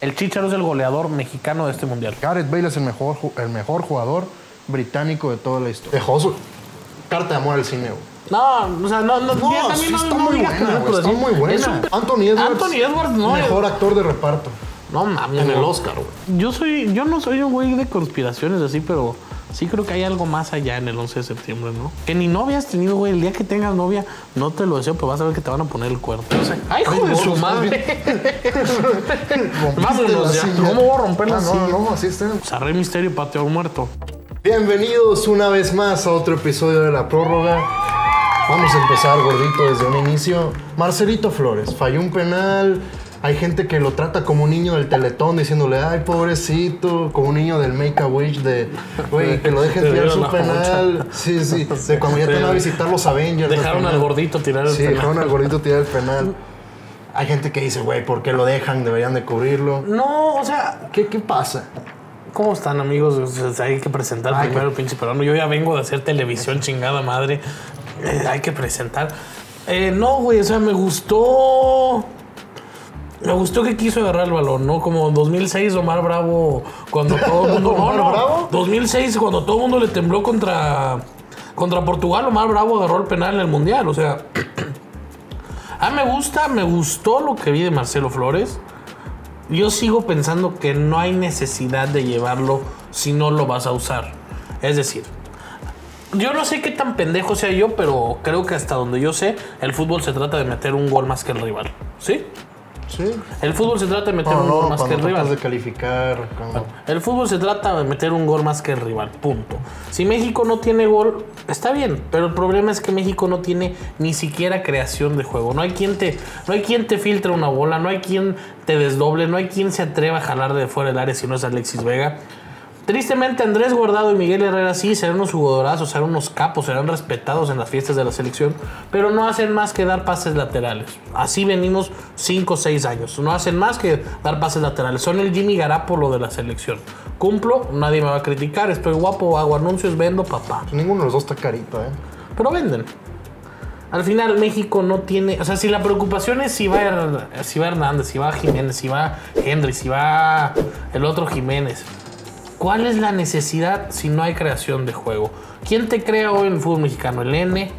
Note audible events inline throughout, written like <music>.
El Chicharo es el goleador mexicano de este mundial. Gareth Bale es el mejor, ju- el mejor jugador británico de toda la historia. Dejó su carta de amor al cine, güey. No, o sea, no, no, No, ya también sí no- está no muy digas que buena, no, güey, pero está sí, muy buena. es un- Anthony Edwards. Anthony Edwards, no. Mejor actor de reparto. No mames. En el güey. Oscar, güey. Yo soy, yo no soy un güey de conspiraciones así, pero sí creo que hay algo más allá en el 11 de septiembre, ¿no? Que ni novia has tenido, güey. El día que tengas novia, no te lo deseo, pero vas a ver que te van a poner el cuerno. No sé. Ay, hijo de gordo, su estás <laughs> madre. Rompiste Vámonos la ya. silla. ¿Cómo voy a romper la Ah, silla? No, no, así está. O sea, Rey pues, Misterio pateó al muerto. Bienvenidos una vez más a otro episodio de La Prórroga. Vamos a empezar gordito desde un inicio. Marcelito Flores falló un penal. Hay gente que lo trata como un niño del teletón diciéndole, ay, pobrecito, como un niño del make a wish de, güey, que lo <laughs> dejen Te tirar dieron su la penal. Sí, sí, <laughs> de cuando ya te van a visitar los Avengers. Dejaron penal. al gordito tirar el Sí, penal. dejaron al gordito tirar el penal. Hay gente que dice, güey, ¿por qué lo dejan? Deberían de cubrirlo. No, o sea, ¿Qué, qué pasa? ¿Cómo están, amigos? O sea, hay que presentar Ay, primero, pinche peruano. Yo ya vengo de hacer televisión, chingada madre. Eh, hay que presentar. Eh, no, güey, o sea, me gustó. Me gustó que quiso agarrar el balón, ¿no? Como 2006 Omar Bravo, <laughs> cuando todo el mundo. ¿Omar no, no, Bravo? 2006, cuando todo el mundo le tembló contra, contra Portugal, Omar Bravo agarró el penal en el mundial, o sea. <clears throat> Ah, me gusta, me gustó lo que vi de Marcelo Flores. Yo sigo pensando que no hay necesidad de llevarlo si no lo vas a usar. Es decir, yo no sé qué tan pendejo sea yo, pero creo que hasta donde yo sé, el fútbol se trata de meter un gol más que el rival. ¿Sí? Sí. El fútbol se trata de meter No, un no, gol más que cuando el tratas rival. de calificar. cuando- El fútbol se trata de meter un gol más que el rival, punto. Si México no tiene gol, está bien, pero el problema es que México no tiene ni siquiera creación de juego. No hay quien te, no hay quien te filtre una bola, no hay quien te desdoble, no hay quien se atreva a jalar de fuera del área si no es Alexis Vega. Tristemente, Andrés Guardado y Miguel Herrera sí serán unos jugadorazos, serán unos capos, serán respetados en las fiestas de la selección, pero no hacen más que dar pases laterales. Así venimos 5 o 6 años. No hacen más que dar pases laterales. Son el Jimmy Garapolo de la selección. Cumplo, nadie me va a criticar, estoy guapo, hago anuncios, vendo, papá. Pues Ninguno de los dos está carito, ¿eh? Pero venden. Al final México no tiene, o sea, si la preocupación es si va, Her- si va Hernández, si va Jiménez, si va Henry, si va el otro Jiménez, ¿cuál es la necesidad si no hay creación de juego? ¿Quién te crea hoy en el fútbol mexicano? ¿El N?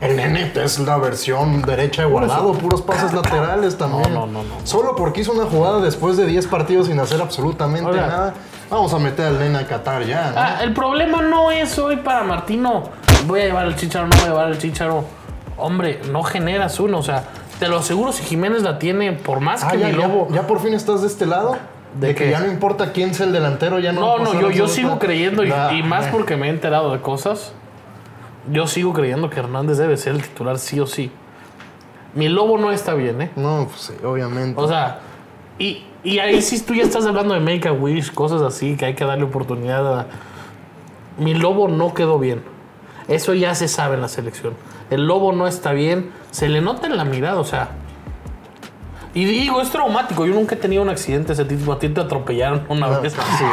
El Nenet es la versión derecha de guardado, puros pases laterales también. No, no, no, no. Solo porque hizo una jugada después de 10 partidos sin hacer absolutamente Oiga. nada. Vamos a meter al Nene a Qatar ya, ¿no? Ah, el problema no es hoy para Martino. Voy a llevar el chicharo, no voy a llevar el chicharo. Hombre, no generas uno, o sea, te lo aseguro si Jiménez la tiene, por más Ah, que ya, mi ya- lobo. ya por fin estás de este lado. ¿De De, que qué? ya no importa quién es el delantero, ya no. va No, a no, pasar yo, yo absoluta- sigo creyendo y, Nah, y más eh. porque me he enterado de cosas. Yo sigo creyendo que Hernández debe ser el titular sí o sí. Mi lobo no está bien, ¿eh? No, pues sí, obviamente. O sea, y, y ahí sí tú ya estás hablando de Make a Wish, cosas así que hay que darle oportunidad a. Mi lobo no quedó bien. Eso ya se sabe en la selección. El lobo no está bien. Se le nota en la mirada, o sea. Y digo, es traumático. Yo nunca he tenido un accidente de ese tipo. A ti te atropellaron una Ah, vez. sí.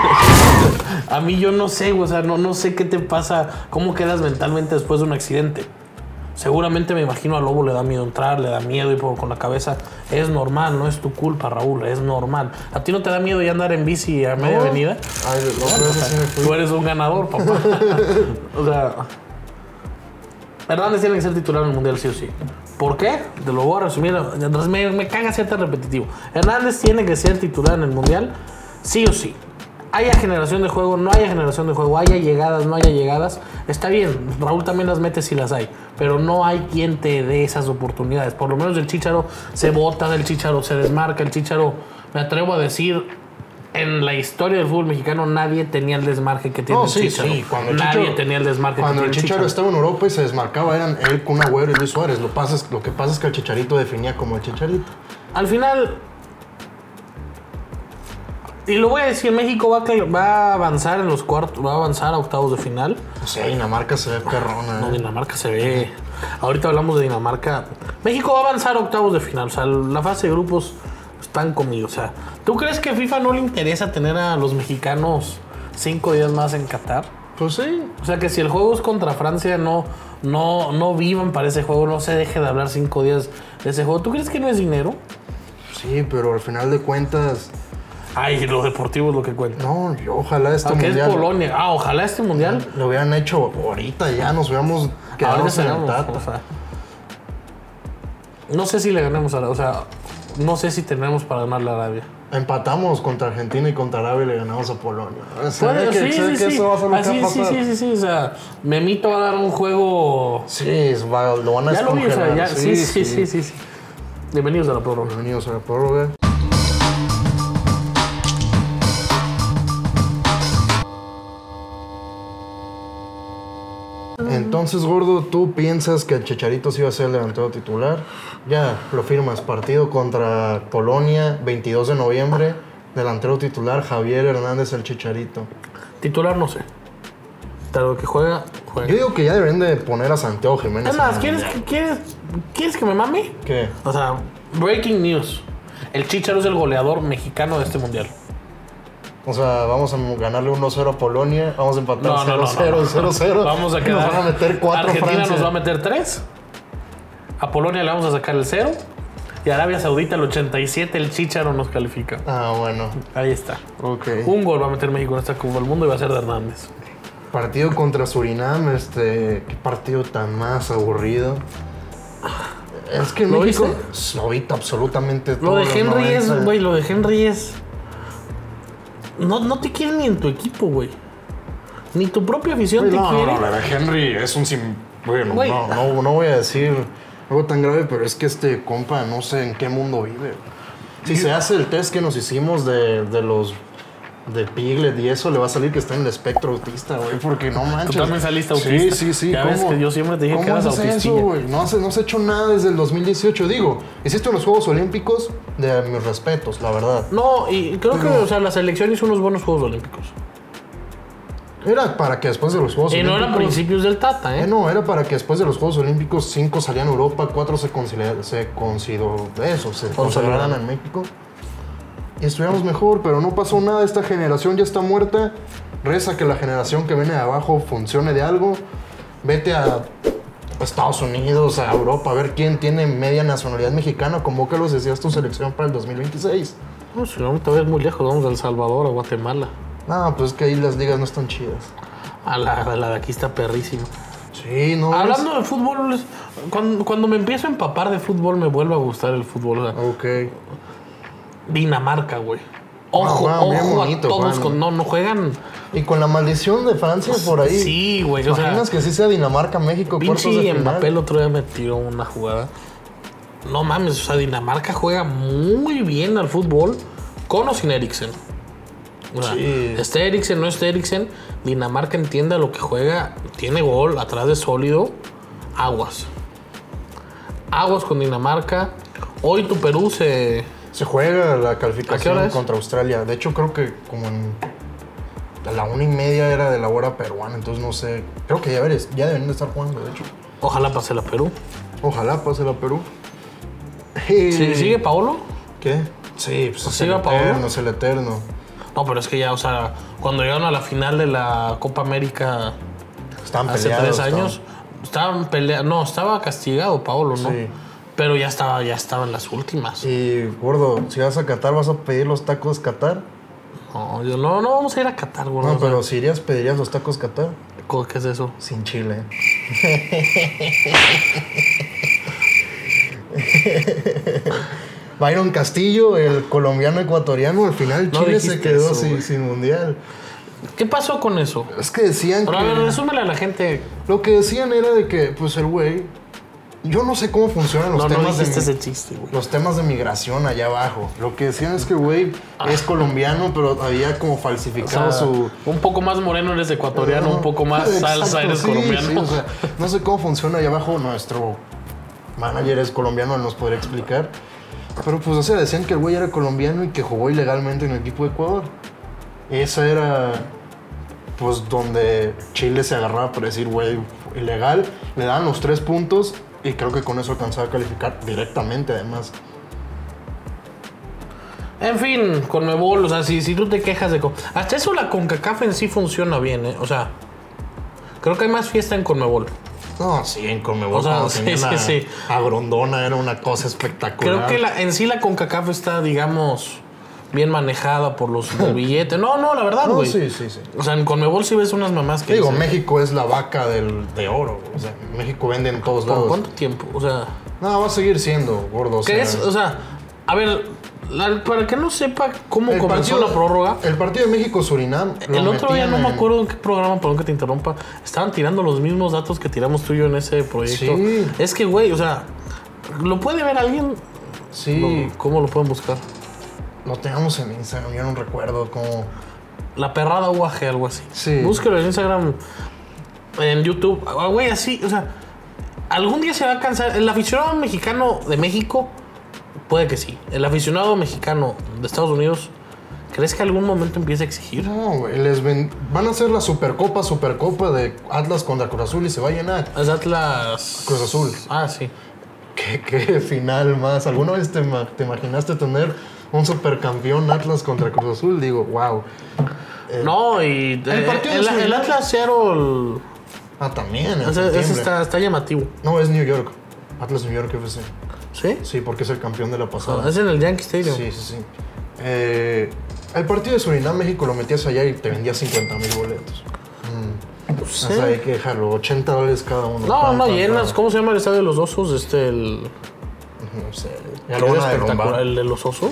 <laughs> A mí yo no sé, güey, o sea, no, no sé qué te pasa, cómo quedas mentalmente después de un accidente. Seguramente me imagino al lobo le da miedo entrar, le da miedo y por con la cabeza. Es normal, no es tu culpa, Raúl, es normal. ¿A ti no te da miedo ya andar en bici a media No. avenida? Oh. Ay, la otra vez sí me fui. Tú eres un ganador, <laughs> papá. o sea, Hernández tiene que ser titular en el Mundial, sí o sí. ¿Por qué? Te lo voy a resumir. Me, me caga ser tan repetitivo. Hernández tiene que ser titular en el Mundial, sí o sí. Haya generación de juego, no haya generación de juego, haya llegadas, no haya llegadas. Está bien, Raúl también las mete si las hay, pero no hay quien te dé esas oportunidades. Por lo menos el Chicharo se bota del Chicharo, se desmarca el Chicharo. Me atrevo a decir, en la historia del fútbol mexicano nadie tenía el desmarque que tiene No, el sí, Chicharo. sí, cuando el nadie Chicharo- tenía el desmarque Cuando que el tiene Chicharo estaba en Europa y se desmarcaba, eran él, Kun Agüero y Luis Suárez. Lo, pasa es- lo que pasa es que el Chicharito definía como el Chicharito. Al final. Y lo voy a decir, México va a, cl- va a avanzar en los cuartos, va a avanzar a octavos de final. O sea, Dinamarca se ve perrona. Ah, No, ¿eh? Dinamarca se ve. Ahorita hablamos de Dinamarca. México va a avanzar a octavos de final. O sea, la fase de grupos están conmigo. O sea, ¿tú crees que FIFA no le interesa tener a los mexicanos cinco días más en Qatar? Pues sí. O sea, que si el juego es contra Francia, no, no, no vivan para ese juego, no se deje de hablar cinco días de ese juego. ¿Tú crees que no es dinero? Sí, pero al final de cuentas. Ay, lo deportivo es lo que cuenta. No, yo ojalá este Aunque es mundial Polonia. Ah, ojalá este mundial. lo hubieran hecho ahorita ya, nos hubiéramos Ahora quedado sin el ganamos, Tata. o sea. no sé si le ganamos a Arabia. O sea, no sé si tenemos para ganarle a Arabia. Empatamos contra Argentina y contra Arabia y le ganamos a Polonia. Se ve Bueno, que- sí, se ve sí, que sí. eso va a ser lo que Ah, sí, va a sí, pasar. sí, sí, sí, O sea, Memito va a dar un juego. Sí, es- va- lo van a Ya lo vi, o sea, descongelar. ya. Sí, sí, sí, sí. sí. Bienvenidos a la prórroga. Bienvenidos a la prórroga. Entonces, gordo, ¿tú piensas que el Chicharito sí va a ser el delantero titular? Ya, lo firmas. Partido contra Polonia, 22 de noviembre. Delantero titular, Javier Hernández, el Chicharito. Titular, no sé. Pero que juega, Yo juega. digo que ya deberían de poner a Santiago Jiménez. Es más, en el ¿quieres, que- quieres, ¿quieres que me mame? mundial. ¿Qué? O sea, breaking news. El Chicharo es el goleador mexicano de este mundial. O sea, vamos a ganarle 1-0 a Polonia, vamos a empatar No, no, no, 0-0, no, no. 0-0. Vamos a quedar. Nos van a meter 4 Argentina Francia. nos va a meter 3. A Polonia le vamos a sacar el 0. Y a Arabia Saudita el 87, el Chicharo nos califica. Ah, bueno. Ahí está. Ok. Un gol va a meter México en esta Copa del Mundo y va a ser de Hernández. Partido contra Surinam, este. Qué partido tan más aburrido. Es que en ¿Lo México. Lo vi absolutamente todo. Lo de Henry es, 90. güey, lo de Henry es. No, no te quieren ni en tu equipo, güey. Ni tu propia afición Güey, te No, no, quiere. no, la de Henry es un sim. Bueno, Güey. no, no, no voy a decir algo tan grave, pero es que este compa no sé en qué mundo vive. Si se hace el test que nos hicimos de, de los. de Piglet y eso, le va a salir que está en el espectro autista, güey, porque no manches. también saliste autista. Sí, sí, sí. Ya ves ¿cómo- que yo siempre te dije cómo que eras haces eso, autistilla? güey? No, has, no has hecho nada desde el 2018. Digo, hiciste los Juegos Olímpicos de mis respetos, la verdad. No, y creo que o sea, la selección hizo unos buenos Juegos Olímpicos. Era para que después de los Juegos Y no Olímpicos. eran principios del Tata, Eh, ¿eh? no, era para que después de los Juegos Olímpicos, cinco salían a Europa, cuatro se, considera- se consideró eso, se consideraran en México. Y estuviéramos mejor, pero no pasó nada, esta generación ya está muerta. Reza que la generación que viene de abajo funcione de algo. Vete a Estados Unidos, a Europa, a ver quién tiene media nacionalidad mexicana. Convócalos, decías tu selección para el 2026. No, si no, te ves muy lejos, vamos a El Salvador, a Guatemala. No, pues es que ahí las ligas no están chidas. A la, a la de aquí está perrísima. Sí, no. es- Hablando de fútbol, les- cuando, cuando me empiezo a empapar de fútbol, me vuelve a gustar el fútbol. O sea, Ok. Dinamarca, güey. Ojo, juegan bien ojo Ah, bonito, a todos juegan. con. No, no juegan. Y con la maldición de Francia por ahí. Sí, güey. ¿Te O sea, imaginas que sí sea Dinamarca, México, cuartos de pinche final? Mbappé el otro día me tiró una jugada. No mames, o sea, Dinamarca juega muy bien al fútbol con o sin Eriksen. O sea, Sí. esté Eriksen, no esté Eriksen, Dinamarca entiende a lo que juega, tiene gol, atrás de sólido, aguas. Aguas con Dinamarca. Hoy tu Perú se... Se ¿A juega la qué hora calificación es? contra Australia. De hecho, creo que como en. A la una y media era de la hora peruana, entonces no sé. Creo que ya, veres, ya deberían de estar jugando, de hecho. Ojalá pase la Perú. Ojalá pase la Perú. Eh, Sí, ¿Sigue Paolo? ¿Qué? Sí, pues es ¿Sigue el a Paolo? eterno, es el eterno. No, pero es que ya, o sea, cuando llegaron a la final de la Copa América Estaban hace peleados. tres estaban- años. Estaban pelea no, estaba castigado Paolo, ¿no? Sí. Pero ya estaba, ya estaba en las últimas. Y, gordo, si vas a Qatar, ¿vas a pedir los tacos Qatar? No, yo, no, no vamos a ir a Qatar, güey. No, pero si irías, ¿pedirías los tacos Qatar? ¿Cómo- ¿Qué es eso? Sin chile. Byron Castillo, el colombiano ecuatoriano, al final No Chile se dijiste quedó eso, sin, güey. sin mundial. ¿Qué pasó con eso? Es que decían Pero a ver, que. resúmele a la gente. Lo que decían era de que, pues el güey. Yo no sé cómo funcionan los No, no temas de. dijiste mi- ese chiste, güey. Los temas de migración allá abajo. Lo que decían es que, güey, es colombiano, pero había como falsificado Ah. O sea, su, Ah, Un poco más moreno eres ecuatoriano, un poco más Exacto, salsa eres sí, colombiano. sí, o sea, no sé cómo funciona ahí abajo. Nuestro manager es colombiano, él nos podría explicar. Pero pues, o sea, decían que el güey era colombiano y que jugó ilegalmente en el equipo de Ecuador. Esa era, pues, donde Chile se agarraba por decir, güey, ilegal. Le daban los tres puntos y creo que con eso alcanzaba a calificar directamente, además. En fin, con Mebol, o sea, si, si tú te quejas de... co- Hasta eso la CONCACAF en sí funciona bien, ¿eh? O sea, creo que hay más fiesta en Conmebol. No, sí, en Conmebol. O sea, cuando sí, tenían sí, a- sí. A Grondona era una cosa espectacular. Creo que la- en sí la CONCACAF está, digamos, bien manejada por <laughs> los del billete. No, no, la verdad, No, güey. sí, sí, sí. O sea, en Conmebol sí ves unas mamás que. Digo, dicen, México es la vaca del, de oro. güey. O sea, México vende en todos ¿Por lados. cuánto tiempo? O sea, No, va a seguir siendo gordo. o sea, ¿crees? O sea, a ver, la- para que no sepa cómo el comenzó partido- la prórroga. El partido de México-Surinam. lo El otro día metían no me en- acuerdo en qué programa, perdón que te interrumpa, estaban tirando los mismos datos que tiramos tú y yo en ese proyecto. Sí. Es que, güey, o sea, ¿lo puede ver alguien? Sí, ¿Cómo lo pueden buscar? lo teníamos en Instagram, yo no recuerdo cómo. La perrada UAG, algo así. Sí. Búsquelo en Instagram, en YouTube. Ah, Güey, así, o sea, algún día se va a cansar. El aficionado mexicano de México, puede que sí. El aficionado mexicano de Estados Unidos, ¿crees que algún momento empiece a exigir? No, güey, les ven- van a hacer la Supercopa, Supercopa de Atlas contra Cruz Azul y se va a llenar. <laughs> Es Atlas. Cruz Azul. Ah, sí. ¿Qué, qué final más? ¿Alguna vez te, ma- te imaginaste tener un supercampeón Atlas contra Cruz Azul? Digo, wow. No, y eh, el, partido de Surinam. el Atlas Seattle Ah, también. en ese, ese septiembre. está, está llamativo. No, es New York. Atlas New York FC. ¿Sí? Sí, porque es el campeón de la pasada. Es en el Yankee Stadium. Sí, sí, sí. Eh, el partido de Surinam, México, lo metías allá y te vendías 50 mil boletos. Sí. O sea, hay que dejarlo, 80 dólares cada uno. Pues, eh, No, Tan, no tan, llenas. tan. ¿Cómo se llama el estadio de los osos? Este, el. No sé. que Ya lo van era a espectacular, derrumbar. ¿El de los osos?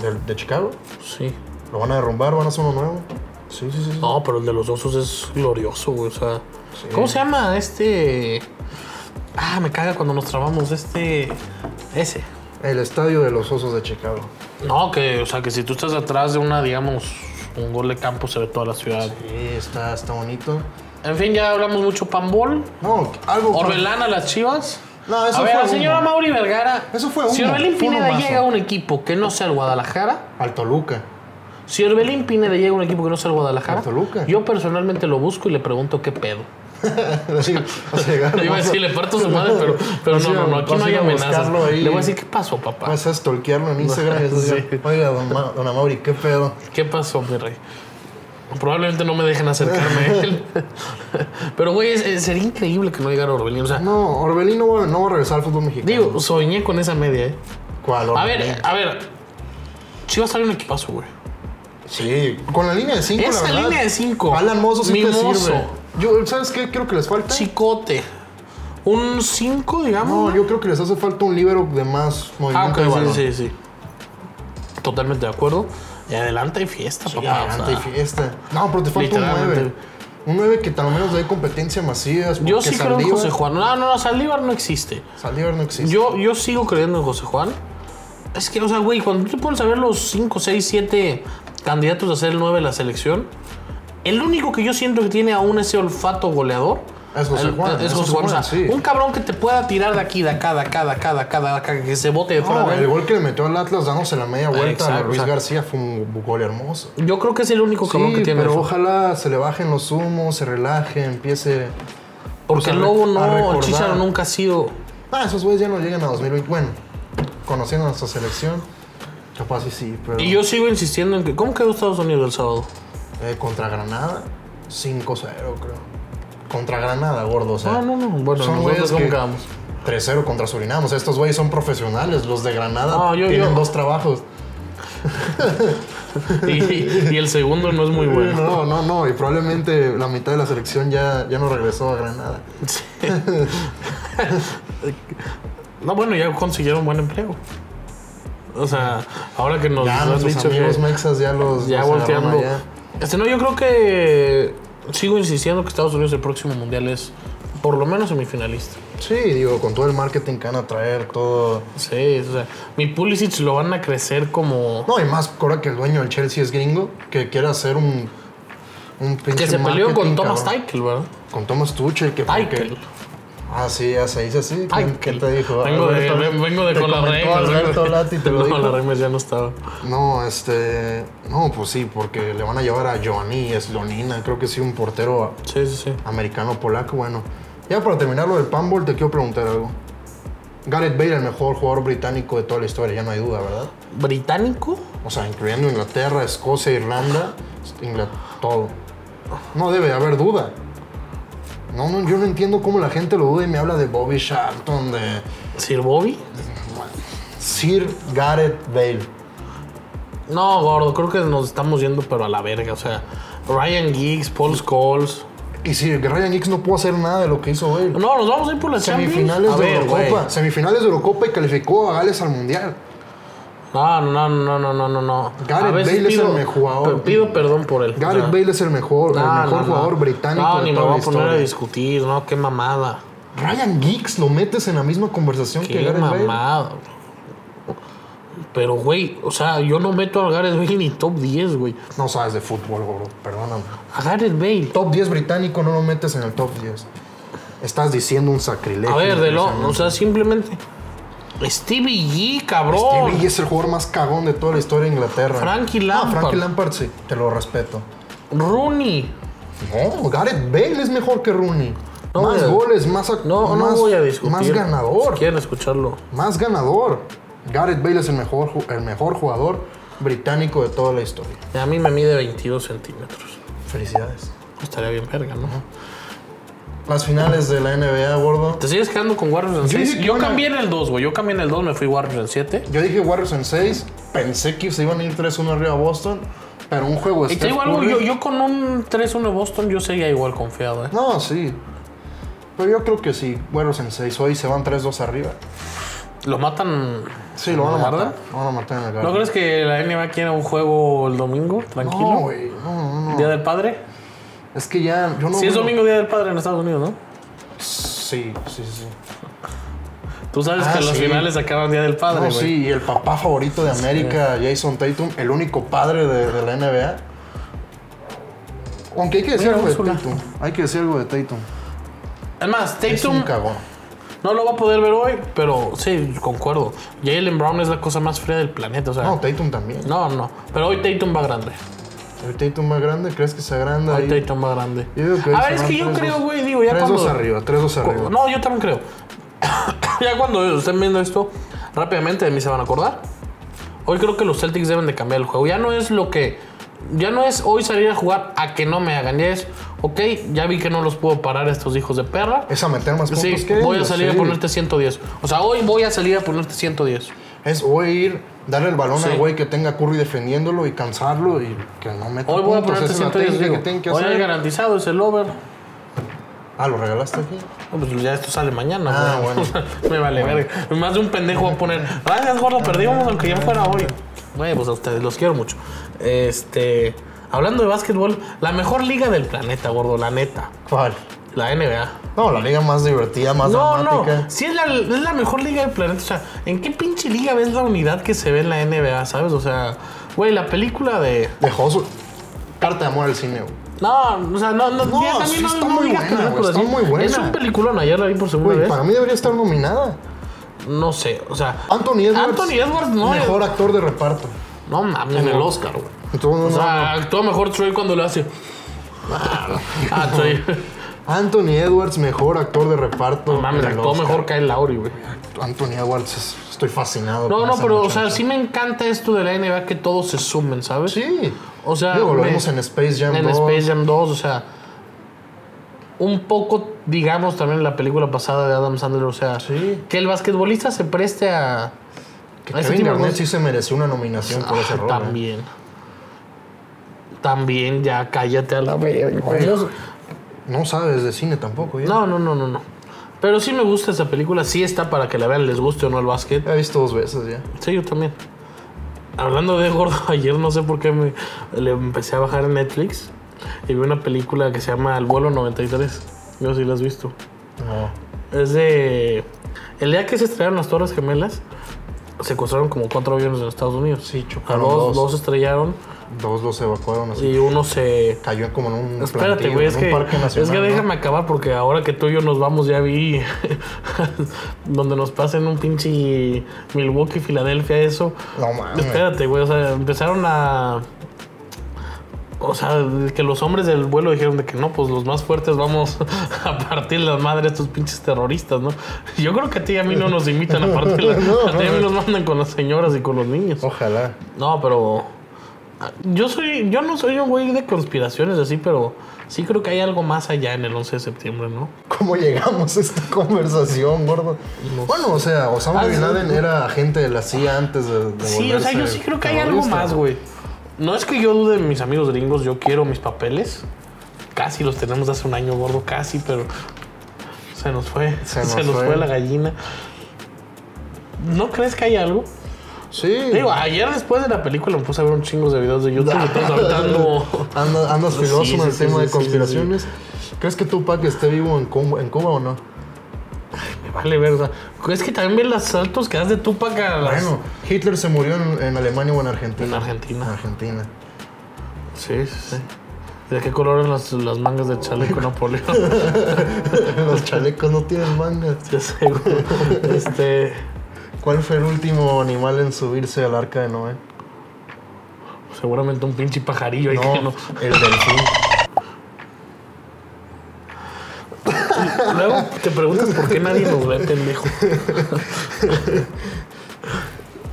¿De, de Chicago? Sí. ¿Lo van a derrumbar? ¿Van a hacer uno nuevo? Sí, sí, sí. sí. No, pero el de los osos es glorioso, güey. O sea. ¿Cómo se llama este? Ah, me caga cuando nos trabamos. Este. Ese. El estadio de los Osos de Chicago. No, que, o sea, que si tú estás atrás de una, digamos, un gol de campo, se ve toda la ciudad. Sí, está, está bonito. En fin, ya hablamos mucho pambol. No, algo. Orbelán a las Chivas. No, eso a ver, fue la señora humo. Mauri Vergara. Eso fue humo, Si Orbelín fue Pineda humazo. llega a un equipo que no sea el Guadalajara, Al Toluca. <laughs> si Orbelín Pineda llega a un equipo que no sea el Guadalajara, A Toluca. yo personalmente lo busco y le pregunto qué <laughs> pedo. Así, vas a llegar, Le <laughs> iba a vas decir, le parto su madre, pero, pero Vas a no, ir a- no, no, aquí vas no a hay ir a amenazas. buscarlo ahí. Le voy a decir, ¿qué pasó, papá? Vas <laughs> a stalkearlo en Instagram. y vas a decir, Oiga, don, Ma- don Amaury, ¿qué pedo? ¿Qué pasó, mi rey? Probablemente no me dejen acercarme a <laughs> él. Pero, güey, es- es- sería increíble que no llegara Orbelín. O sea, No, Orbelín no va, no va a regresar al fútbol mexicano. digo, soñé con esa media, ¿eh? ¿Cuál, A Orbelín? ver, a ver. Chivas sale un equipazo, güey. Sí, con la línea de 5, Esa línea de cinco. Alan Mozo sí Mimoso. te sirve. Yo, ¿Sabes qué creo que les falta? Chicote. Un 5, digamos. No, yo creo que les hace falta un líbero de más ah, ok, movimiento de balón. sí, sí, sí. Totalmente de acuerdo. Y adelante hay fiesta, Y papá. Ah, o adelante y sea, fiesta. este. No, pero te falta un literalmente. 9. Un 9 que tal menos dé competencia masivas. yo sí creo en José Juan. No, no, no, Saldívar no existe. Saldívar no existe. Yo, yo sigo creyendo en José Juan. Es que, o sea, güey, cuando tú te pones a ver los 5, 6, 7 candidatos a ser el 9 de la selección, el único que yo siento que tiene aún ese olfato goleador Ah, Es José el- Juan, es José Juan. O sea, sí. Un cabrón que te pueda tirar de aquí, de acá, de acá, de acá, de acá, de acá, que se bote de fuera No, de el él. gol que le metió al Atlas dándose la media vuelta a eh. Ah, Exacto, Luis o sea. García fue un gol hermoso. Yo creo que es el único cabrón Sí, que tiene pero eso. ojalá se le bajen los humos, se relaje, empiece... Porque a el re- Lobo a no, el recordar. Chicharo nunca ha sido... Ah, esos güeyes ya no llegan a 2020. Bueno, conociendo a nuestra selección, capaz y sí, pero... Y yo sigo insistiendo en que... ¿Cómo quedó Estados Unidos el sábado? Eh, contra Granada, 5-0 creo. Contra Granada, gordo, o sea... Ah, No, no, no. Bueno, son nosotros güeyes cómo que... quedamos. 3-0 contra Surinam. O sea, estos güeyes son profesionales. Los de Granada No, Ah, yo- tienen yo- dos trabajos. <laughs> Y, y el segundo no es muy <laughs> bueno. No, no, no. Y probablemente la mitad de la selección ya, ya no regresó a Granada. Sí. no, bueno, ya consiguieron buen empleo. O sea, ahora que nos Ya Pues han nuestros dicho amigos que mexas ya los. ya los agarraron volteando. allá. Este, no, yo creo que sigo insistiendo que Estados Unidos el próximo mundial es por lo menos semifinalista. Sí, digo, con todo el marketing que van a traer, todo. Sí, o sea, mi Pulisic lo van a crecer como No, y más ahora que el dueño del Chelsea es gringo, que quiere hacer un. Un pinche que se peleó con marketing, Thomas cabrón. Tuchel, ¿verdad? Con Thomas Tuchel, que fue Tuchel. que- Ah, sí, ya se dice así. ¿Quién- Tuchel. ¿Quién te dijo? Vengo de, Alberto- ven- vengo de te con la comentó Remes. Alberto <laughs> Lati te lo no, dijo. la Remes ya no estaba. No, este. No, pues sí, porque le van a llevar a Giovanni Slonina, creo que sí, un portero Sí, sí, sí. americano-polaco. Bueno, ya para terminar lo del Pambol, te quiero preguntar algo. Gareth Bale, el mejor jugador británico de toda la historia, ya no hay duda, ¿verdad? ¿Británico? O sea, incluyendo Inglaterra, Escocia, Irlanda, Inglaterra, todo. No debe de haber duda. No, no, yo no entiendo cómo la gente lo duda y me habla de Bobby Charlton, de Sir Bobby. Sir Gareth Bale. No, gordo, creo que nos estamos yendo, pero a la verga. O sea, Ryan Giggs, Paul Scholes. Y si Ryan Giggs no pudo hacer nada de lo que hizo él. No, nos vamos a ir por las Champions. Semifinales A de ver, Eurocopa. güey. Semifinales de Eurocopa y calificó a Gales al Mundial. No, no, no, no, no, no, no. Gareth A veces Bale es el mejor jugador. pe- Pido perdón por él. Gareth Bale es el mejor, No, el mejor no, no. jugador británico No, de ni me toda voy la a poner a historia. discutir, no, qué mamada. Ryan Giggs lo metes en la misma conversación que Qué Gareth Bale. mamada. Pero, güey, o sea, yo no meto a Gareth Bale ni top 10, güey. No sabes de fútbol, bro, perdóname. A Gareth Bale. Top 10 británico no lo metes en el top 10. Estás diciendo un sacrilegio. A ver, de lo, o impresionante. sea, simplemente. Stevie G, cabrón. Stevie es el jugador más cagón de toda la historia de Inglaterra. Oh. Frankie Ah, Lampard. Frankie Lampard sí, te lo respeto. Rooney. No, Gareth Bale es mejor que Rooney. No más voy a- goles, más, ac- No, no más- voy a discutir. más ganador. Si quieren escucharlo. Más ganador. Gareth Bale es el mejor, ju- el mejor jugador británico de toda la historia. A mí me mide 22 centímetros. Felicidades. Estaría bien verga, ¿no? Las finales de la NBA, gordo. ¿Te sigues quedando con Warriors en Yo 6? dije que Yo iban a- cambié en el 2, güey. Yo cambié en el 2, me fui Warriors en 7. Yo dije Warriors en 6. Pensé que se iban a ir 3-1 arriba a Boston. Pero un juego de Y te Steph digo algo, Curry- yo, yo con un 3-1 Boston, yo seguía igual confiado, ¿eh? No, sí. Pero yo creo que sí. Warriors en 6. Hoy se van 3-2 arriba. Lo matan. Sí, lo van a ¿Verdad? matar. Lo van a matar en el ¿No Garden. crees que la NBA quiera un juego el domingo? No, Tranquilo. güey. No, no, no. Día del Padre. Es que ya. Yo no Si es veo- domingo, Día del Padre en Estados Unidos, ¿no? Sí, sí, sí. Tú sabes Ah, que las sí. finales acaban Día del Padre, No, güey. sí, y el papá favorito de América, Jason Tatum, el único padre de, de la NBA. Aunque hay que decir Mira, algo de Úrsula. Tatum. Hay que decir algo de Tatum. Es más, Es un Tatum cagón. no lo va a poder ver hoy, pero sí, concuerdo. Jalen Brown es la cosa más fría del planeta, o sea. No, No, Tatum también. no. Pero hoy Tatum va grande. El Tatum más grande, ¿crees que se agranda Hoy ahí? Tatum va grande. Yo digo que hoy A se ver, es van que yo 3-2. creo, güey, digo, ya 3-2 cuando. arriba, 3-2 arriba. No, yo también creo. <coughs> ya cuando estén viendo esto, rápidamente de mí se van a acordar. Hoy creo que los Celtics deben de cambiar el juego. Ya no es lo que... Ya no es hoy salir a jugar a que no me hagan. Ya es, ok, ya vi que no los puedo parar a estos hijos de perra. Es a meter más puntos Sí, que voy a ellos, salir sí. a ponerte 110. O sea, hoy voy a salir a ponerte 110. Es voy a ir, darle el balón Sí. al güey que tenga Curry defendiéndolo y cansarlo y que no meta Hoy voy a puntos. ponerte Esa es la 110. técnica digo. que tienen que hoy hay hacer. garantizado es el over. Ah, ¿lo regalaste aquí? No, pues ya esto sale mañana. Ah, <laughs> güey. bueno. Me vale verga. Más de un pendejo va a poner. Gracias, gordo, perdimos aunque ya fuera hoy. Güey, pues a ustedes los quiero mucho. Este. Hablando de básquetbol, la mejor liga del planeta, gordo, la neta. ¿Cuál? La NBA. No, la liga más divertida, más No, dramática. no. Sí, es la, es la mejor liga del planeta. O sea, ¿en qué pinche liga ves la unidad que se ve en la NBA, sabes? O sea, güey, la película de. Dejó su carta de amor al cine, güey. No, o sea, no, no, No, ya también sí no, está no muy digas buena, güey, películas, está ¿sí? muy buena. Es un peliculón, ayer la vi por segunda Güey, vez. para mí debería estar nominada. No sé, o sea. Anthony Edwards. Anthony Edwards no es- Mejor actor de reparto. No mames, en el Oscar, güey. Entonces, O no, sea, actúa mejor Troy cuando lo hace. <laughs> Ah, Troy. no. Anthony Edwards, mejor actor de reparto. No mames, en el actuó Oscar. mejor Kyle Lowry, güey. Anthony Edwards, es- estoy fascinado. No, con no, esa pero, o muchacha. sea, sí me encanta esto de la NBA que todos se sumen, ¿sabes? Sí. O sea, Digo, lo me- vemos en Space Jam Ah, En 2. Space Jam 2, o sea. Un poco, digamos, también en la película pasada de Adam Sandler, o sea. Sí. Que el basquetbolista se preste a. Que a Ah, ese Kevin tipo de Garnett cosas. sí se mereció una nominación por ese Ah, rol. ¿eh? También. También, ya cállate a la verga. Dios. No sabes de cine tampoco, ¿ya? No, no, no, no, no. Pero sí me gusta esa película, sí está para que la vean, les guste o no el básquet. La he visto dos veces ya. Sí, yo también. Hablando de gordo, <laughs> ayer no sé por qué me le empecé a bajar en Netflix y vi una película que se llama El vuelo 93. No sé si la has visto. No. Es de. El día que se estrellaron las Torres Gemelas, secuestraron como cuatro aviones en Estados Unidos. Sí, chocaron Dos, dos. dos estrellaron Dos los evacuaron así. y uno se. Cayó como en un Espérate, plantío, güey, en es un que, parque nacional. es que ¿no? déjame acabar porque ahora que tú y yo nos vamos ya vi <laughs> donde nos pasen un pinche Milwaukee, Filadelfia, eso. No mames. Espérate, güey, o sea, empezaron a... O sea, que los hombres del vuelo dijeron de que no, pues los más fuertes vamos <laughs> a partir las madres de estos pinches terroristas, ¿no? Yo creo que a ti y a mí no nos invitan <laughs> a partir las... No, a ti y a mí no. nos mandan con las señoras y con los niños. Ojalá. No, pero Yo soy, yo no soy un güey de conspiraciones así, pero sí creo que hay algo más allá en el 11 de septiembre, ¿no? ¿Cómo llegamos a esta <laughs> conversación, gordo? Bueno, o sea, Osama Ah, Bin sí. Laden era agente de la CIA antes de, de Sí, o sea, yo volverse sí creo que hay algo terrorista. más, güey. No es que yo dude de mis amigos gringos, yo quiero mis papeles. Casi los tenemos hace un año, gordo, casi, pero se nos fue. <laughs> Se Se nos nos, fue. fue. la gallina. ¿No crees que hay algo? Sí. Digo, ayer después de la película me puse a ver un chingo de videos de YouTube y <laughs> todos <laughs> hablando. Anda- andas Sí, filoso en sí, el sí, tema sí, de sí, conspiraciones. ¿Crees que Tupac esté vivo en Cuba, en Cuba o no? Me vale verga. Es que también ves los saltos que das de Tupac a las- Bueno, Hitler se murió en, en Alemania o en Argentina. En Argentina. En Argentina. Ah, Sí, sí, sí. ¿De qué color eran las, las mangas del <laughs> chaleco Napoleón? <laughs> Los chalecos no tienen mangas. Ya sé, güey. Este. ¿Cuál fue el último animal en subirse al arca de Noé? Seguramente un pinche pajarillo ahí que No, no. el delfín. Luego te preguntas por qué nadie nos ve, pendejo.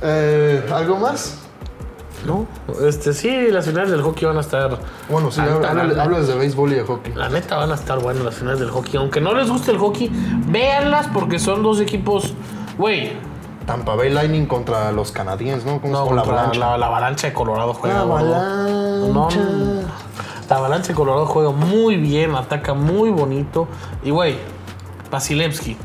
Eh, ¿Algo más? No, este sí, las finales del hockey van a estar. Bueno, sí, Alta, hablas alta. de béisbol y de hockey. La neta van a estar buenas las finales del hockey. Aunque no les guste el hockey, véanlas porque son dos equipos. Güey, Tampa Bay Lightning contra los canadienses, ¿no? ¿Cómo no, se llama? contra la, la avalancha de Colorado juega. La gordo. Ah, avalancha. No, la avalancha de Colorado juega muy bien, ataca muy bonito. Y güey, Vasilevsky.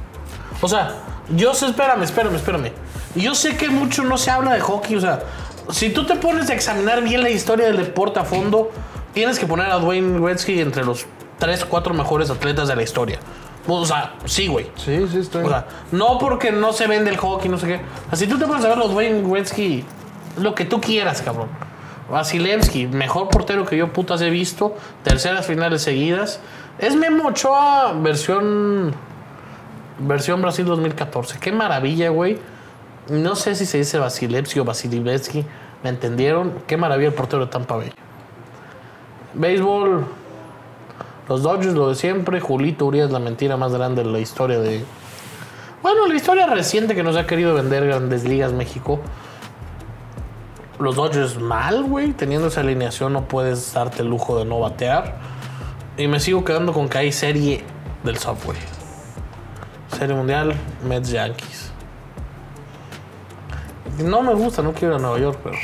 O sea, yo sé, espérame, espérame, espérame. Yo sé que mucho no se habla de hockey, o sea, si tú te pones a examinar bien la historia del deporte a fondo, tienes que poner a Dwayne Gretzky entre los 3, 4 mejores atletas de la historia. O sea, sí, güey. Sí, sí, estoy. O sea, no porque no se vende el hockey, no sé qué. Así tú te pones a ver los Wayne Gretzky, lo que tú quieras, cabrón. Vasilevsky, mejor portero que yo putas he visto. Terceras finales seguidas. Es Memo Ochoa versión. Versión Brasil 2014. Qué maravilla, güey. No sé si se dice Vasilevsky o Vasilevsky. ¿Me entendieron? Qué maravilla el portero de Tampa Bay. Béisbol. Los Dodgers, lo de siempre. Julito Urias, la mentira más grande de la historia de, bueno, la historia reciente que nos ha querido vender Grandes Ligas México. Los Dodgers mal, güey. Teniendo esa alineación no puedes darte el lujo de no batear. Y me sigo quedando con que hay serie del Subway. Serie Mundial, Mets Yankees. No me gusta, no quiero ir a Nueva York, pero...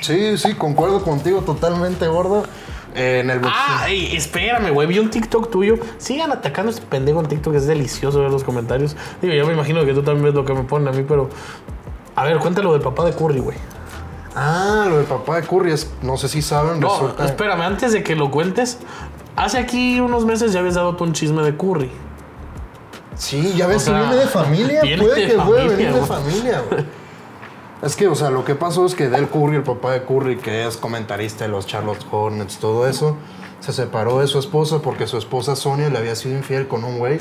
Sí, sí, concuerdo contigo totalmente, gordo. Eh, en el boxeo. Ah, ey, espérame, güey. Vi un TikTok tuyo. Sigan atacando a este pendejo en TikTok. Es delicioso ver los comentarios. Digo, yo me imagino que tú también ves lo que me ponen a mí, pero. A ver, cuéntalo del papá de Curry, güey. Ah, lo del papá de Curry es, no sé si saben, No, resulta. espérame, antes de que lo cuentes, hace aquí unos meses ya habías dado tú un chisme de Curry. Sí, ya ves, o sea, si viene de familia, viene puede de que puede familia, venir de güey. familia, güey. Es que, o sea, lo que pasó es que Del Curry, el papá de Curry, que es comentarista de los Charlotte Hornets, todo eso, se separó de su esposa porque su esposa Sonia le había sido infiel con un güey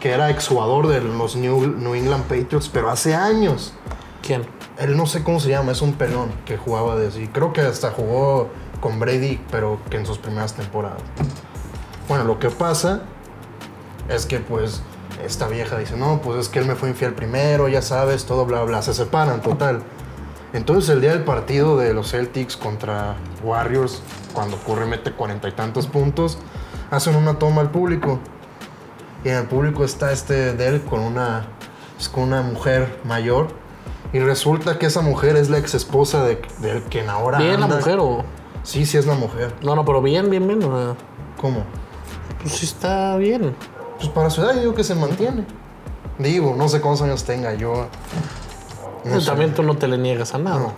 que era exjugador de los New, New England Patriots, pero hace años. ¿Quién? Él no sé cómo se llama, es un pelón que jugaba de así. Creo que hasta jugó con Brady, pero que en sus primeras temporadas. Bueno, lo que pasa es que pues esta vieja dice, no, pues es que él me fue infiel primero, ya sabes, todo bla bla, se separan total. Entonces el día del partido de los Celtics contra Warriors, cuando Curry mete cuarenta y tantos puntos, hacen una toma al público. Y en el público está este Del con una, pues, con una mujer mayor. Y resulta que esa mujer es la ex esposa de, del quien ahora. ¿Bien la anda. mujer o.? Sí, sí es la mujer. No, no, pero bien, bien, bien. o sea, ¿Cómo? pues sí está bien. Pues para su edad yo digo que se mantiene. Digo, no sé cuántos años tenga yo. No sé. también tú no te le niegas a nada. No.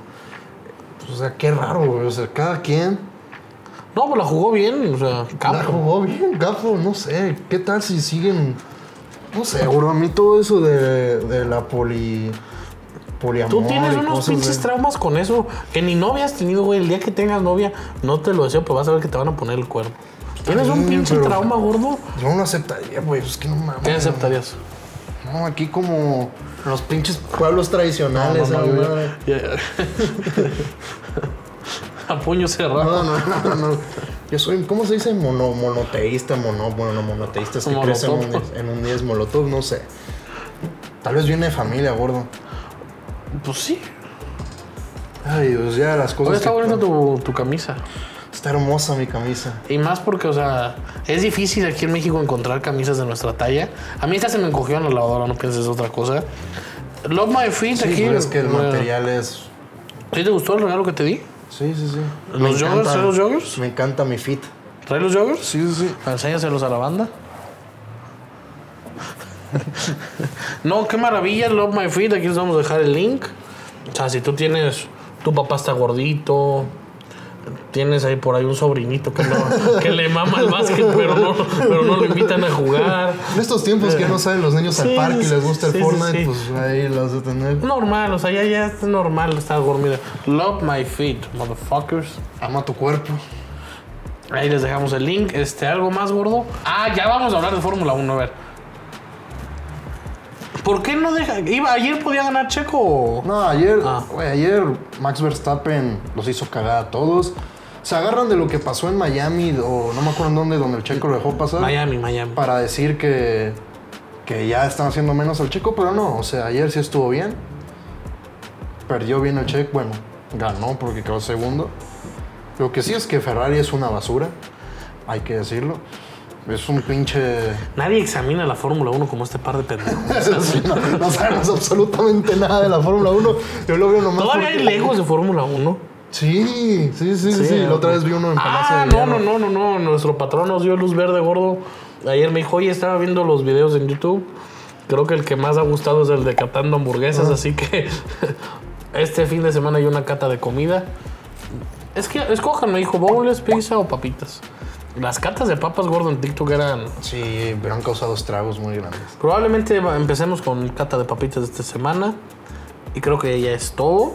O sea, qué raro, güey. O sea, cada quien No, pues la jugó bien, o sea, la capo. jugó bien, capo. No sé, ¿qué tal si siguen? No sé, bro, a mí todo eso de, de la poli... Tú poliamor tienes y unos cosas de- pinches traumas con eso que ni novia has tenido, güey. El día que tengas novia, no te lo deseo, pero vas a ver que te van a poner el cuerno. ¿Tienes un bien, pinche pero- trauma gordo? Yo no aceptaría, güey. Es que no mames. ¿Qué aceptarías? No, aquí como los pinches pueblos tradicionales. No, No, no, no, no, yo- ya- <laughs> a puño cerrado. no, no, no, no. Yo soy, ¿cómo se dice? Mono, monoteísta, mono, bueno, no monoteísta. Es que crees en un, Molotov. diez- en un 10 molotov, no sé. Tal vez viene de familia, gordo. Pues sí. Ay, Dios, ya las cosas. Oye, Pues está que- bonita tu, tu camisa. Está hermosa mi camisa. Y más porque, o sea, es difícil aquí en México encontrar camisas de nuestra talla. A mí esta se me encogió en la lavadora, no pienses otra cosa. Love My Feet Sí, aquí. pero es que el bueno, material es. ¿Sí te gustó el regalo que te di? Sí, sí, sí. ¿Los Me joggers? encanta- ¿Son los joggers? Me encanta mi fit. ¿Traes los joggers? Sí, sí, sí. Enséñaselos a la banda. no, qué maravilla, Love My Feet. Aquí les vamos a dejar el link. O sea, si tú tienes. Tu papá está gordito. Tienes ahí por ahí un sobrinito que, no- que le mama el básquet, pero no, pero no lo invitan a jugar. En estos tiempos que no salen los niños Sí, al parque y sí, les gusta el sí, sí, Fortnite, sí. pues ahí las de tener. Normal, o sea, ya, ya es normal estar dormida. Love My Feet, motherfuckers. Ama tu cuerpo. Ahí les dejamos el link. Este, algo más gordo. Ah, ya vamos a hablar de Fórmula 1, a ver. ¿Por qué no deja? Iba, ayer podía ganar Checo. No, ayer, Ah. güey, ayer Max Verstappen los hizo cagar a todos. Se agarran de lo que pasó en Miami o no me acuerdo en dónde, donde el checo lo dejó pasar. Miami, Miami. Para decir que, que ya están haciendo menos al checo, pero no. O sea, ayer sí estuvo bien. Perdió bien el checo. Bueno, ganó porque quedó segundo. Lo que sí es que Ferrari es una basura. Hay que decirlo. Es un pinche. <laughs> Nadie examina la Fórmula 1 como este par de pendejos. no, no sabemos absolutamente nada de la Fórmula 1. Yo lo veo nomás. Todavía hay porque- lejos de Fórmula 1. Sí, sí, sí, sí. La otra vez vi uno en Palacio Ah, de no, Hierro. no, no, no, no. Nuestro patrón nos dio luz verde, gordo. Ayer me dijo, oye, estaba viendo los videos en YouTube. Creo que el que más ha gustado es el de catando hamburguesas, Ah. así que <laughs> este fin de semana hay una cata de comida. Es que escojan, me dijo, bowls, pizza o papitas. Las catas de papas gordo en TikTok eran. Sí, pero han causado estragos muy grandes. Probablemente va- empecemos con cata de papitas de esta semana. Y creo que ya es todo.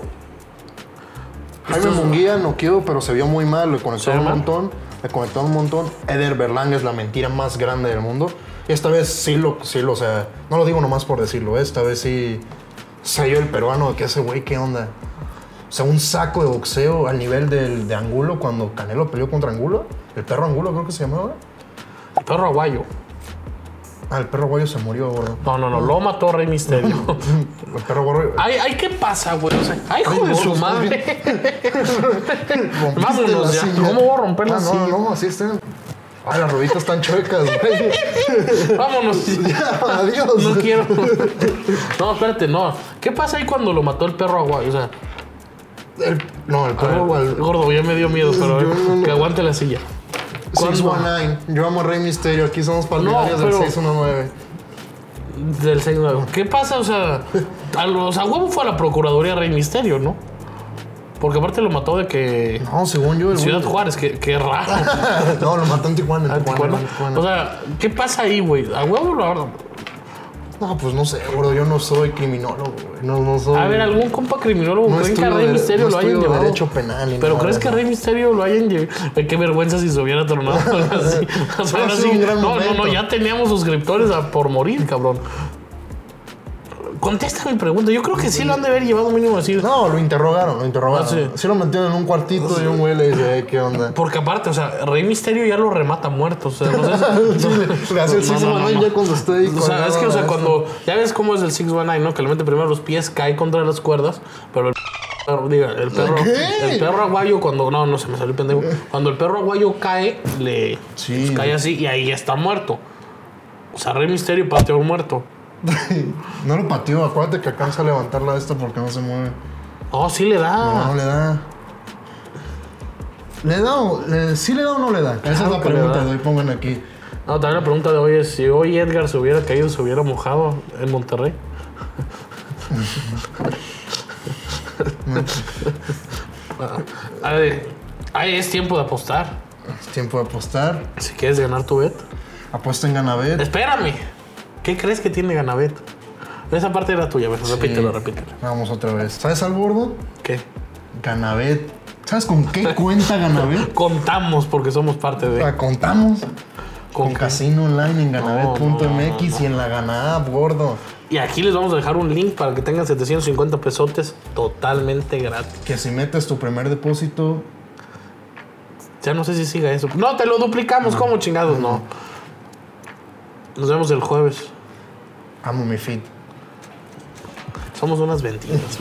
Jaime Munguía no quiero, pero se vio muy mal. Le conectó ¿Se un llama? montón. Le conectó un montón. Eder Berlanga es la mentira más grande del mundo. Y esta vez sí lo, sí lo, o sea, no lo digo nomás por decirlo. ¿eh? Esta vez sí salió el peruano de que ese güey, ¿qué onda? O sea, un saco de boxeo al nivel del, de Angulo cuando Canelo peleó contra Angulo. El perro Angulo creo que se llamaba. El perro aguayo. Ah, el perro guayo se murió, gordo. No, no, no. Lo mató Rey Misterio. <laughs> El perro guayo. Ay, ay, ¿qué pasa, güey? O sea, ay, hijo Ay, de gordo, su estás madre. Rompiste Vámonos la ya. silla. ¿Cómo voy a romper la Ah, silla? No, no, así están. Ah, las rueditas están <laughs> chuecas, <laughs> güey. Vámonos. Ya, adiós. No quiero. No, espérate, no. ¿Qué pasa ahí cuando lo mató el perro aguayo? O sea, El- no, el a ver, perro Wal- gordo, ya me dio miedo, pero a ver, Yo no, no. que aguante la silla. ¿Cuándo? 619. Yo amo a Rey Misterio. Aquí somos partidarios pero- del 619. Del 6 ¿Qué pasa? O sea, a los a huevo fue a la Procuraduría Rey Misterio, ¿no? Porque aparte lo mató de que. No, según yo, el Ciudad güey- Juárez, que qué raro. <laughs> No, lo mató en Tijuana. En Tijuana, Ah, Tijuana. en Tijuana. O sea, ¿qué pasa ahí, güey? A huevo lo no, pues no sé, gordo. Yo no soy criminólogo, güey. No, no soy. A ver, algún compa criminólogo No creen que a estudio Rey de- Misterio no lo hayan estudio llevado. derecho penal ni Pero nada, crees que a ¿no? Rey Misterio lo hayan llevado. Ay, Qué vergüenza si se hubiera tronado <laughs> ahora sí. <laughs> O sea, Ha ahora sí. sido un gran No, no, momento. no, ya teníamos suscriptores a por morir, cabrón. Contesta mi pregunta. Yo creo que sí lo han de haber llevado mínimo decir. No, lo interrogaron, lo interrogaron. Ah, sí. sí. Ah, lo metieron en un cuartito y un güey le dice, "Ey, ¿qué onda? Porque aparte, o sea, Rey Misterio ya lo remata muerto. O sea, no sé. <laughs> Sí, le- le hace el No, no, 619 no, no. ya cuando está ahí O sea, colgado es que, o a sea, la cuando. Ya ves cómo es el 619, ¿no? Que le mete primero los pies, cae contra las cuerdas, pero el perro. Diga, el perro. ¿Qué? El perro aguayo, cuando. No, no se me salió el pendejo. Cuando el perro aguayo cae, le. Sí. pues, cae así y ahí ya está muerto. O sea, Rey Misterio pateó muerto. <laughs> No lo pateó, acuérdate que alcanza a levantarla esta porque no se mueve. Oh, sí le da. No, le da. ¿Le da o le- sí le da o no le da? Esa es Claro la que le pregunta da. de hoy, pongan aquí. No, también la pregunta de hoy es: si hoy Edgar se hubiera caído, se hubiera mojado en Monterrey. <laughs> A ver, ahí es tiempo de apostar. Es tiempo de apostar. Si quieres ganar tu bet. Apuesten Ganabet. Espérame. ¿Qué crees que tiene Ganabet? Esa parte era tuya, ¿verdad? Repítelo, Sí. repítelo. Vamos otra vez. ¿Sabes al bordo? ¿Qué? Ganabet. ¿Sabes con qué <laughs> cuenta Ganabet? Contamos porque somos parte de. La contamos. Ah, Con Conca. casino online en ganabet.mx No, y en la Ganab, gordo. Y aquí les vamos a dejar un link para que tengan 750 pesotes totalmente gratis. Que si metes tu primer depósito, Ya no sé si siga eso. No, te lo duplicamos, ¿cómo chingados? No. Nos vemos el jueves. amo mi fit. Somos unas benditas.